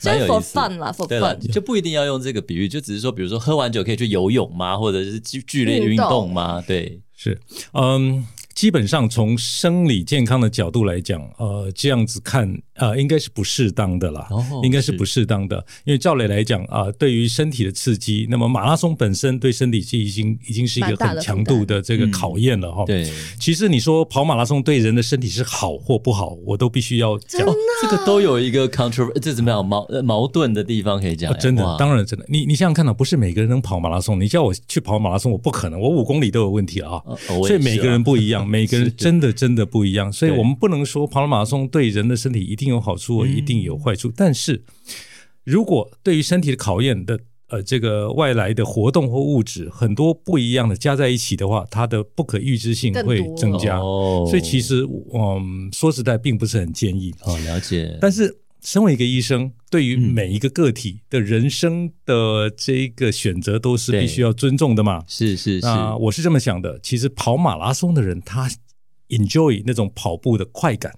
就
蛮
是
有
for
意思的
fun 啦，for
对了，
fun。
就不一定要用这个比喻，就只是说，比如说喝完酒可以去游泳吗？或者是剧剧烈
运
运
动
动吗？对，
是，嗯，基本上从生理健康的角度来讲，呃，这样子看，呃，应该是不适当的啦，
哦
应该是
是
不适当的。因为照理来讲啊、对于身体的刺激，那么马拉松本身对身体是已经已经是一
蛮
个
大的
很
负
强度的这个
担
考验了哈。。
对，
其实你说跑马拉松对人的身体是好或不好，我都必须要讲
哦，
啊
这个都有一个 contro，这怎么样矛呃矛盾的地方可以讲、
啊真的
哇，
当然真的。你你想想看啊，不是每个人能跑马拉松，你叫我去跑马拉松，我不可能，我五公里都有问题了啊。
哦我也
所以
是
每个
啊
人 不一样，每个人真的真的不一样。所以
对
我们不能说跑马拉松对人的身体一定有好处，
嗯
一定有坏处。但是如果对于身体的考验的呃这个外来的活动或物质很多不一样的加在一起的话，它的不可预知性
更
会
多
增加。
哦
所以其实嗯，说实在并不是很建议。
哦，了解，
但是身为一个医生，对于
嗯
每一个个体的人生的这个选择都是
对
必须要尊重的嘛。
是是是，
那我是这么想的，其实跑马拉松的人他 enjoy 那种跑步的快感，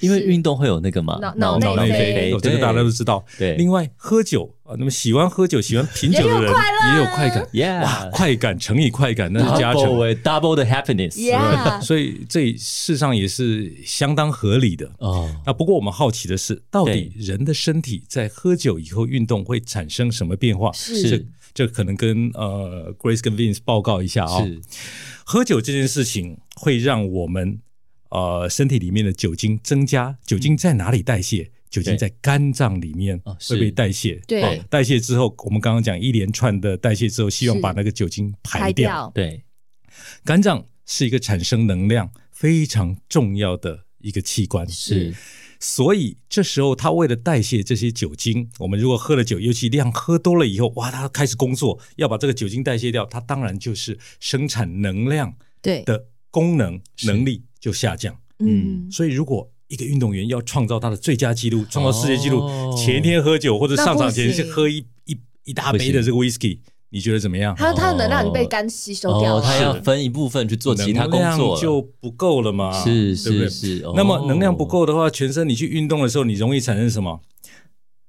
因为
是
运动会哦有那个嘛，
脑
脑
脑
内
内啡
啡，
哦这个
对
大家都知道。
对，
另外，喝酒啊，那么喜欢喝酒、喜欢品酒的
也
人
有快乐啊
也有快感，哇，
yeah，
快感乘以快感那是加成
double。欸 double 的 happiness，
Yeah
所以这事实上也是相当合理的。
哦，
那不过我们好奇的是，到底
对
人的身体在喝酒以后运动会产生什么变化？
是
这这可能跟呃 Grace 跟 Vince 报告一下啊、
是
喝酒这件事情会让我们呃身体里面的酒精增加，酒精在哪里代谢？酒精在肝脏里面
嗯哦是
会被代谢，
对
哦代谢之后，我们刚刚讲一连串的代谢之后，希望
是
把那个酒精排
排
掉。
掉，
对，
肝脏是一个产生能量非常重要的一个器官，
是
所以这时候它为了代谢这些酒精，我们如果喝了酒，尤其量喝多了以后，哇，它开始工作，要把这个酒精代谢掉，它当然就是生产能量
对，
的功能
是
能力就下降。
嗯，
所以如果一个运动员要创造他的最佳纪录，创造世界纪录，
哦
前一天喝酒或者上场前
那不
是
行
喝一一一大
不
杯
行
的这个 whisky，你觉得怎么样？
它它的能量已经被肝吸收掉啊嗯
哦，
了，
他要分一部分去做其他工
能
作
量
了，啊
就不够了嘛？
是
对
是
不对？
是，哦
那么能量不，够的话，全身你去运动的时候，你容易产生什么？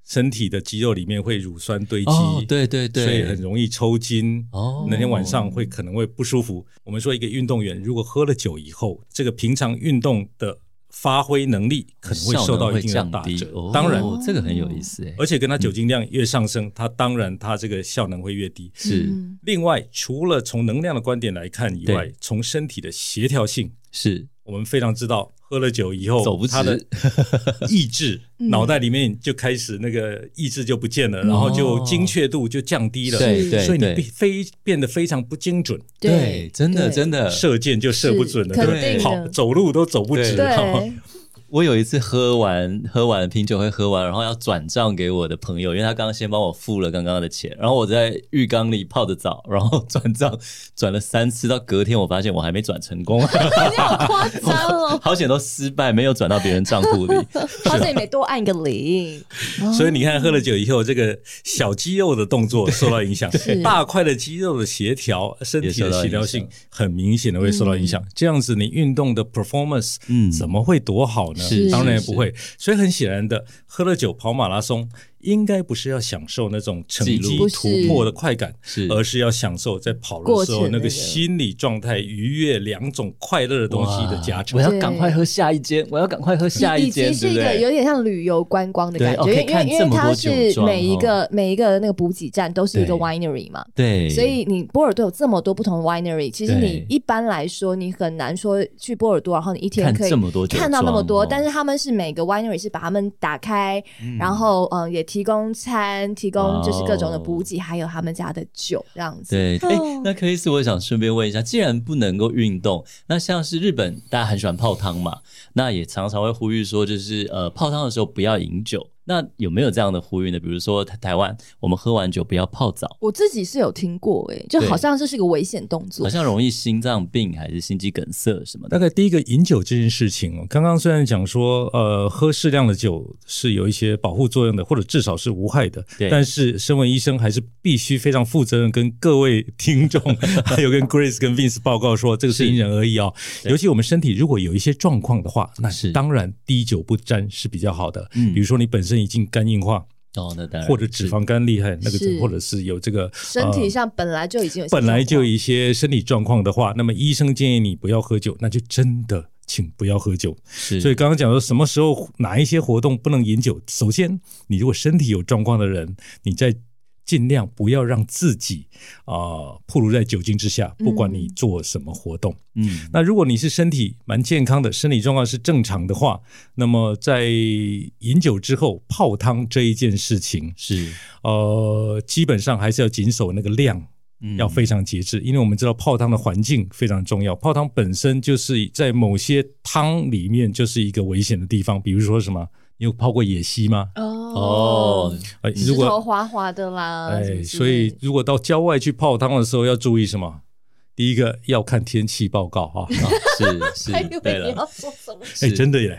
身体的肌肉里面会乳酸堆积，
哦，对对
所以
对，
很容易抽筋。
哦，
那天晚上会可能会不舒服。我们说一个运动员如果喝了酒以后，这个平常运动的发挥能力可能会受到一定的
效能
打
会降
折
低，哦
当然，
这个很有意思，
嗯
哎，
而且跟它酒精量越上升，它当然它这个效能会越低。
是
嗯
另外，除了从能量的观点来看以外
对，
从身体的协调性，
是
我们非常知道，喝了酒以后，
走不直
他的意志，
嗯
脑袋里面就开始那个意志就不见了，
嗯
然后就精确度就降低了，
哦对对
所以你
对
变非变得非常不精准，
对，
真的
对
真的，
射箭就射不准了，
是
对不
肯
对？
定的
跑走路都走不直，
哦
哈
对，
我有一次喝完喝完品酒会喝完，然后要转账给我的朋友，因为他刚刚先帮我付了刚刚的钱，然后我在浴缸里泡着澡，然后转账转了三次，到隔天我发现我还没转成功，
你好夸张哦，
好险都失败，没有转到别人账户里。
好险你没多按个零，
所以你看，喝了酒以后，这个小肌肉的动作受到影响
是，
大块的肌肉的协调、身体的协调
也受
性
到
很明显的会受到影响。
嗯
这样子，你运动的 performance
嗯
怎么会多好呢？
是
当然也
是
不会。所以很显然的，喝了酒跑马拉松，应该不是要享受那种成
记
绩
录
突破的快感，
是
而是要享受在跑的时
过
候
程
那
那
个
个
心理状态愉悦、两种快乐的东西的加成
我。要
对
赶快喝下一间，我要赶快喝下
以
一
及
间，
是
对不
一个
对？
有点像旅游观光的
对
感
哦
觉，因
可以
为因为
看
因
这
为
么多
它
酒
是
庄
每一
哦
个每一个那个补给站都是一个
对
winery 嘛，
对，
所以你波尔多有这么多不同的 winery，其实你
对
一般来说你很难说去波尔多，然后你一天
看
可以
这么多酒
看到那么多，
庄哦
但是他们是每个 winery 是把他们打开，然后嗯也提供餐，提供就是各种的补给，还有他们家的酒这样子。
哦对，哎、
嗯
那克里斯，我想顺便问一下，既然不能够运动，那像是日本大家很喜欢泡汤嘛，那也常常会呼吁说，就是呃泡汤的时候不要饮酒。那有没有这样的呼吁呢？比如说台台湾，我们喝完酒不要泡澡，
我自己是有听过、诶，就
对
好像这是个危险动作
好，像容易心脏病还是心肌梗塞什么
大
的。
概第一个饮酒这件事情，哦刚刚虽然讲说，呃，喝适量的酒是有一些保护作用的，或者至少是无害的
对，
但是身为医生还是必须非常负责任，跟各位听众 还有跟 Grace 跟 Vince 报告说，这个是因人而异哦。
对
尤其我们身体如果有一些状况的话，那
是
当然滴酒不沾是比较好的。
嗯
比如说你本身已经肝硬化，
哦，那当然，
或者脂肪肝厉害，那个
是
或者是有这个
身体
呃
上本来就已经有
本来就有
已
一些身体状况的话，那么医生建议你不要喝酒，那就真的请不要喝酒。
是，
所以刚刚讲说什么时候哪一些活动不能饮酒，首先你如果身体有状况的人，你在尽量不要让自己啊、呃、暴露在酒精之下，嗯不管你做什么活动。
嗯，
那如果你是身体蛮健康的，身体状况是正常的话，那么在饮酒之后泡汤这一件事情，
是，
呃，基本上还是要谨守那个量。
嗯
要非常节制，因为我们知道泡汤的环境非常重要，泡汤本身就是在某些汤里面就是一个危险的地方，比如说什么，你有泡过野溪吗？
哦
哦，
哎，
石
如
头
果
滑滑的啦，什么
哎，
之
所
类
以
的
如果到郊外去泡汤的时候要注意什么？第一个要看天气报告 啊，啊
是是
还以，
对
为你
了，
要说什么？
哎、
是
真的耶！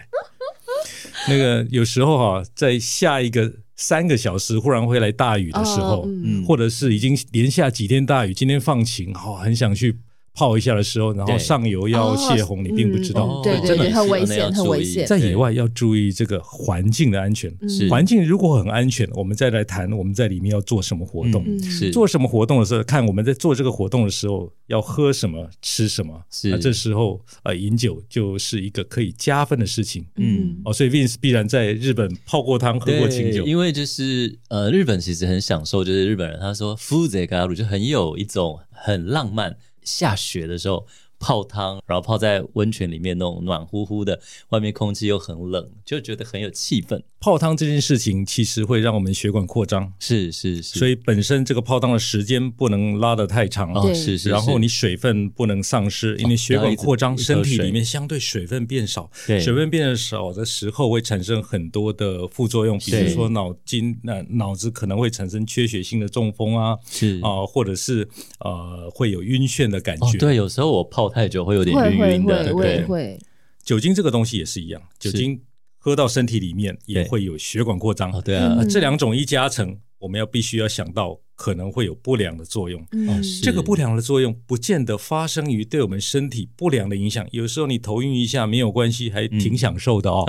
那个有时候哈、在下一个三个小时忽然会来大雨的时
哦
候，
嗯
嗯，
或者是已经连下几天大雨，今天放晴，哈、很想去泡一下的时候，然后
对
上游要泄洪，你并不知道。
哦嗯
哦
对对
真的
对，
是
很
有
危
那要
险，很
注
危
意
险。
在野外要注意这个环境的安全。
嗯
是
环境如果很安全，我们再来谈我们在里面要做什么活动。
嗯
是
做什么活动的时候，看我们在做这个活动的时候要喝什么、吃什么。
是
那这时候呃，饮酒就是一个可以加分的事情。
嗯
嗯，
哦，所以 Vince 必然在日本泡过汤、喝
对，
过清酒。
因为就是呃，日本其实很享受，就是日本人他说 f u z e g a r u 就很有一种很浪漫，下雪的时候泡汤，然后泡在温泉里面那种暖乎乎的，外面空气又很冷，就觉得很有气氛。
泡汤这件事情其实会让我们血管扩张，
是是是，
所
以
以本身这个泡汤的时间不能拉得太长啊
哦
对
是是是，
然后你水分不能丧失，
哦
因为血管扩张，
一直
身
一
体
直喝水
里面相对水分变少，
对
水分变少的时候会产生很多的副作用，比
对
如说脑筋那、脑子可能会产生缺血性的中风啊，
是
啊、或者是呃会有晕眩的感
哦
觉。，
对，有时候我泡太久会
嗯
有点
会
晕
会
晕的，
会，我也
对，
哦
会。
酒精这个东西也是一样，酒精喝到身体里面也
对
会有血管扩张
哦，对啊
嗯
呃，这两种一加成，我们要必须要想到可能会有不良的作用。
嗯，
是
这个不良的作用不见得发生于对我们身体不良的影响，有时候你头晕一下没有关系，还挺享受的哦。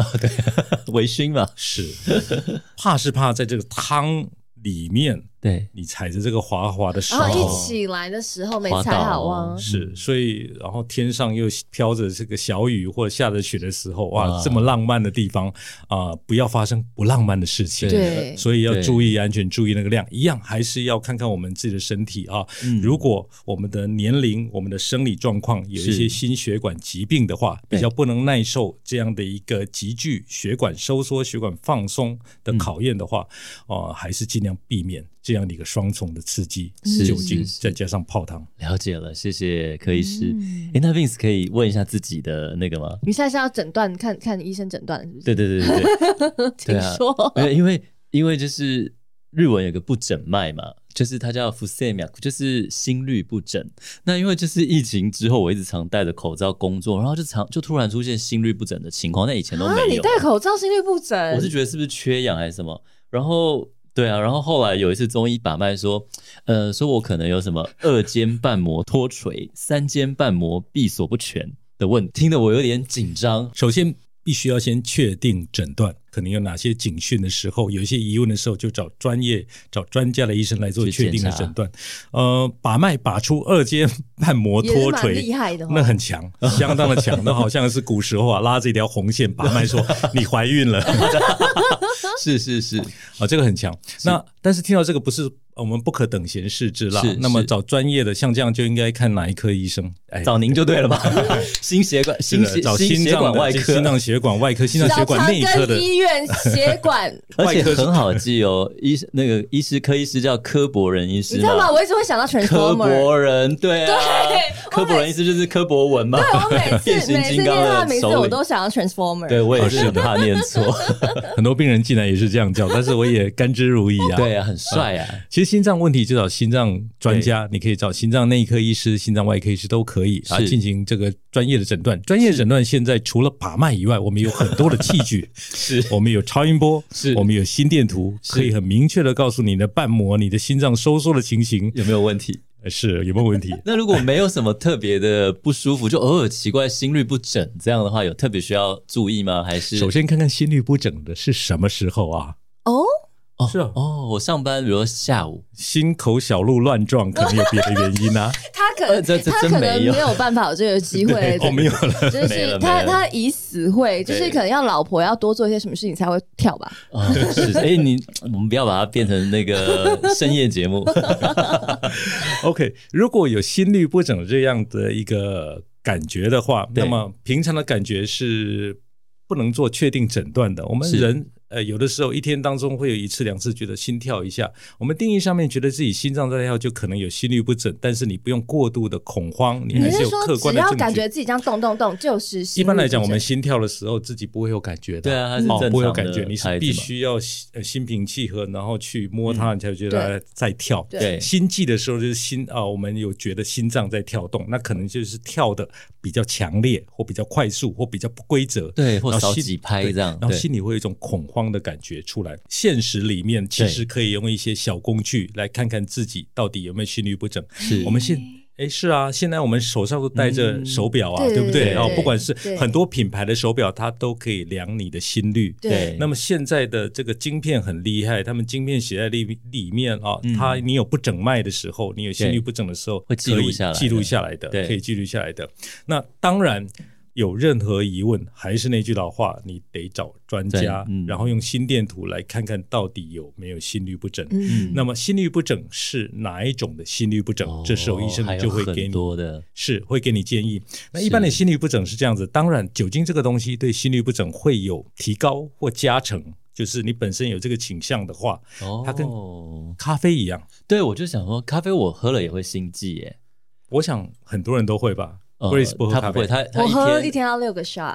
微醺嘛，
是， 怕是怕在这个汤里面，
对，
你踩着这个滑滑的
然后哦一
手。
起来的时候没
滑
踩
倒
好啊，
是，所以然后天上又飘着这个小雨或者下着雪的时候，哇，
啊
这么浪漫的地方啊、不要发生不浪漫的事情。
对
所以要
对
注意安全，注意那个量，一样还是要看看我们自己的身体啊。
嗯
如果我们的年龄、我们的生理状况有一
是
些心血管疾病的话，
对
比较不能耐受这样的一个急剧血管收缩、血管放松的
嗯
考验的话，哦、还是尽量避免这样的一个双重的刺激，
是
酒精
是是
再加上泡汤。
了解了，谢谢柯医师。
嗯
诶，那 Vince 可以问一下自己的那个吗？
你现在是要诊断，看看医生诊断是不是？
对对对对 对，对
听
啊
说
没有，因为因为就是日文有个不整脉嘛，就是它叫 f u s e m i a 就是心律不整。那因为就是疫情之后，我一直常戴着口罩工作，然后就常就突然出现心律不整的情况，那以前都
啊，
没
你
有。
戴口罩心率不整，
我是觉得是不是缺氧还是什么？然后对啊，然后后来有一次中医把脉说，呃，说我可能有什么二尖瓣膜脱垂、三尖瓣膜闭锁不全的问题，听得我有点紧张。
首先必须要先确定诊断，可能有哪些警讯的时候，有一些疑问的时候，就找专业、找专家的医生来做
去
确定的
检查
诊断。呃，把脉把出二尖瓣膜
也是
脱
蛮厉
垂。
害的哦，
那 很强，相当的强，那好像是古时候啊，拉着一条红线把 脉说你怀孕了 啊、
是是是，
这个很强。那但是听到这个不是呃我们不可等闲视之啦
是，
那么
是
找专业的，像这样就应该看哪一科医生？哎，
找您就对了吧？ 心血管、
这个
心血、
找
心
心
血管
脏的
外科
心，脏血管外科、心脏血管内 科
早
的
跟医院血管，
而且
外科是
很好记哦。医师那个医师科医师叫科博仁医
你
师
知道吗？
嘛？
我一直会想到
科
transformer。
博仁，对啊，科博仁医师就是科博文嘛。
对，我每
变
次
形
每次
金
念
刚
他的
的
名字，
首
我
领
都。想要 transformer。
对，我也是很怕念
哦
错。
很多病人进来也是这样叫，但是我也甘之如饴 啊。，
对啊，很帅啊。
其实心脏问题就找心脏专家，你可以找心脏内科医师、心脏外科医师都可以啊，
是
进行这个专业的诊断。专业诊断现在除了把脉以外，我们有很多的器具，
是
我们有超音波，
是
我们有心电图，
是
可以很明确的告诉你的瓣膜、你的心脏收缩的情形
有没有问题？
呃是有没有问题。
那如果没有什么特别的不舒服，就偶尔奇怪心律不整这样的话，有特别需要注意吗？还是
首先看看心律不整的是什么时候啊？
哦，
哦
是啊
哦，我上班比如说下 午
心口小鹿乱撞，可能有别的原因 啊。
他可
呃这这
他
真
可
没
能
有
没有办法有这个机会，
哦，没有 了，
就
没
是
了
他
没了
他以死会，就是
对
可能要老婆要多做一些什么事情才会跳吧。
啊，是哎，你我们不要把它变成那个深夜节目。
OK，如果有心律不整这样的一个感觉的话，
对
那么平常的感觉是不能做确定诊断的。我们
是
人呃，有的时候一天当中会有一次两次觉得心跳一下，我们定义上面觉得自己心脏在跳就可能有心律不整，但是你不用过度的恐慌，你还
你
是
是
有客
说
观
只
的
要
证
感
据
觉。自己这样动动动就是心
一般来讲，
律不
我
整
们心跳的时候自己不会有感觉的，
对啊它是正常的
哦，不会有感觉，你
拍子
是必
嘛
须要心呃心平气和，然后去摸它，你才会觉得它在跳。
嗯对
对
心悸的时候就是心啊，我们有觉得心脏在跳动，那可能就是跳的比较强烈，或比较快速，或比较不规则，
对或
然后
少
心
几拍
对
这样
然后
对
心里会有一种恐慌的感觉出来。现实里面其实
对
可以用一些小工具来看看自己到底有没有心律不整。
是
我们现哎是啊，现在我们手上都戴着
嗯
手表啊，
对
对不
对
哦
对，
不管是
对
很多品牌的手表，它都可以量你的心率。
对
那么现在的这个晶片很厉害，他们晶片写在里里面啊
嗯，
它你有不整脉的时候，你有心律不整的时候，
会记录
可以
下来的
记录下来的，
对
可以记录下来的。那当然有任何疑问，还是那句老话，你得找专家
对嗯，
然后用心电图来看看到底有没有心律不整。
嗯
那么心律不整是哪一种的心律不整？
哦
这时候医生
还有
就会给
很
你
多的
是会给你建议。那一
是
般的心律不整是这样子，当然酒精这个东西对心律不整会有提高或加成，就是你本身有这个倾向的话，
哦，
它跟咖啡一样，
对我就想说，咖啡我喝了也会心悸耶。
我想很多人都 会吧。
呃
Grace 不喝
他
咖
不
啡
会，，他他
我喝一
天
天要六个 shot，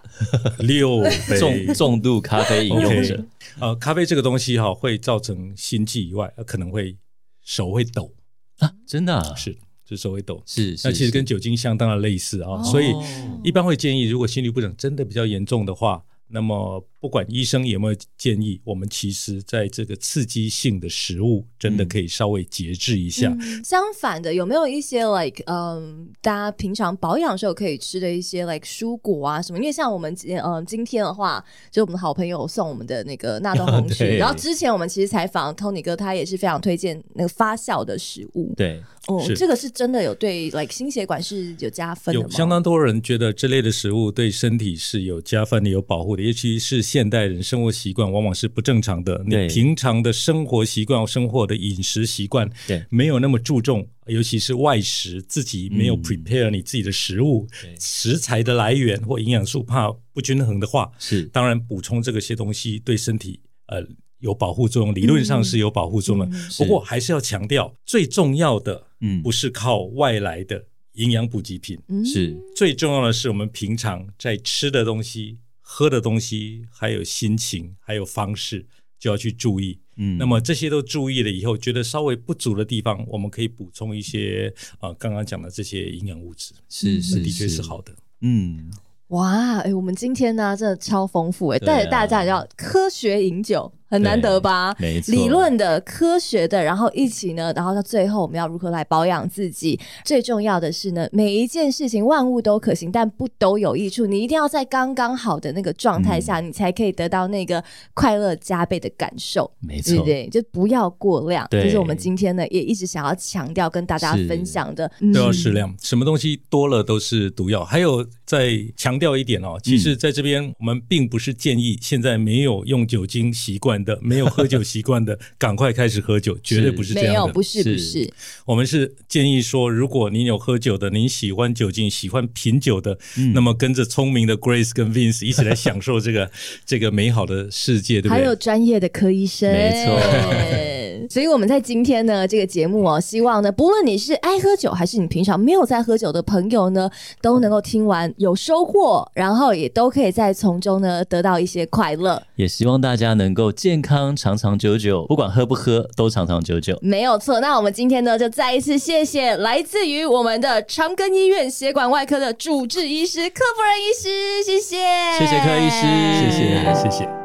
六杯
重重度咖啡饮用
OK
者，
呃，咖啡这个东西哈、会造成心悸以外，呃可能会手会抖，
啊，真的啊
是，就手会抖。
是是，
那其实跟
是
酒精相当的类似啊，所以
哦
一般会建议，如果心律不整真的比较严重的话，那么不管医生有没有建议，我们其实在这个刺激性的食物真的可以稍微节制一下。
嗯相反的，有没有一些 like 嗯，大家平常保养的时候可以吃的一些 like 蔬果啊什么？因为像我们今嗯今天的话，就我们的好朋友送我们的那个纳豆 红曲，
对
然后之前我们其实采访 Tony 哥，他也是非常推荐那个发酵的食物。
对
哦
是，
这个是真的有对 like 心血管是有加分的吗？
有相当多人觉得这类的食物对身体是有加分的、有保护的，尤其是现代人生活习惯往往是不正常的。你
对
平常的生活习惯、生活的饮食习惯
对
没有那么注重，尤其是外食，自己没有
嗯
prepare 你自己的食物、
对
食材的来源或营养素怕不均衡的话，
是
当然补充这个些东西对身体呃有保护作用，理论上是有保护作用。
嗯
不过还是要强调，最重要的
嗯
不是靠外来的营养补给品，
嗯
是
最重要的是我们平常在吃的东西、喝的东西，还有心情，还有方式，就要去注意。
嗯，
那么这些都注意了以后，觉得稍微不足的地方，我们可以补充一些啊、呃刚刚讲的这些营养物质，
是
这
是
的确是好，的。
嗯，
哇，哎、我们今天呢、真的超丰富哎、
对啊
带着大家要科学饮酒，很难得吧？
对没错
理论的、科学的，然后一起呢，然后到最后我们要如何来保养自己？最重要的是呢，每一件事情万物都可行，但不都有益处。你一定要在刚刚好的那个状态
嗯
下，你才可以得到那个快乐加倍的感受。
没
对不
错，
对？就不要过量，
对
这是我们今天呢也一直想要强调跟大家
是啊
分享的。
都要
嗯
适量，什么东西多了都是毒药。还有再强调一点
嗯
哦，其实在这边我们并不是建议现在没有用酒精习惯 的、没有喝酒习惯的，赶快开始喝酒，绝对不是这
没有，
样的
不。是不
是
是，
我们是建议说，如果您有喝酒的，您喜欢酒精、喜欢品酒的，
嗯
嗯
那么跟着聪明的 Grace 跟 Vince 一起来享受 这个这个美好的世界，对不
还有
对？
专业的科医生，
没错。
所以我们在今天呢这个节目哦，希望呢，不论你是爱喝酒还是你平常没有在喝酒的朋友呢，都能够听完有收获，然后也都可以在从中呢得到一些快乐。
也希望大家能够健康长长久久，不管喝不喝都长长久久。
没有错，那我们今天呢就再一次谢谢来自于我们的长庚医院血管外科的主治医师柯夫人医师，谢谢，
谢谢柯医师
谢谢，谢谢。